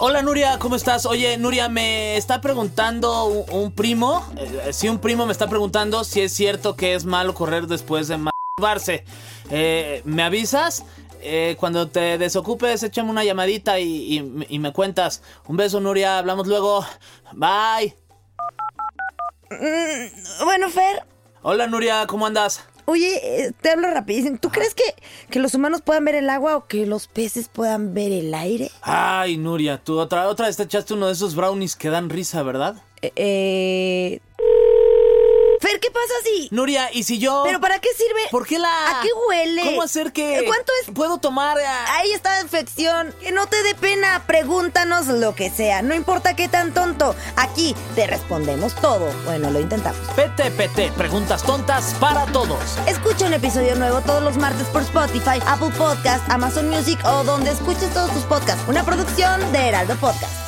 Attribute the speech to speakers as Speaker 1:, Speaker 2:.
Speaker 1: Hola Nuria, ¿cómo estás? Oye, Nuria, me está preguntando un, un primo. eh, sí, un primo me está preguntando si es cierto que es malo correr después de masturbarse. Eh, ¿Me avisas? Eh, cuando te desocupes, échame una llamadita y, y- y me cuentas. Un beso, Nuria. Hablamos luego. Bye.
Speaker 2: Mm, bueno, Fer,
Speaker 1: Hola, Nuria. ¿Cómo andas?
Speaker 2: oye, eh, te hablo rapidísimo. ¿Tú crees que, que los humanos puedan ver el agua o que los peces puedan ver el aire?
Speaker 1: Ay, Nuria, tú otra, otra vez te echaste uno de esos brownies que dan risa, ¿verdad?
Speaker 2: Eh, eh, Fer, ¿qué pasa si...?
Speaker 1: Nuria, ¿y si yo...?
Speaker 2: ¿Pero para qué sirve?
Speaker 1: ¿Por qué la...?
Speaker 2: ¿A qué huele?
Speaker 1: ¿Cómo hacer que...?
Speaker 2: ¿Cuánto es?
Speaker 1: ¿Puedo tomar...? ah?
Speaker 2: Ahí está la infección. Que no te dé pena. Pregúntanos lo que sea. No importa qué tan tonto. Aquí te respondemos todo. Bueno, lo intentamos.
Speaker 1: PTPT, preguntas tontas para todos.
Speaker 2: Escucha un episodio nuevo todos los martes por Spotify, Apple Podcast, Amazon Music o donde escuches todos tus podcasts. Una producción de Heraldo Podcast.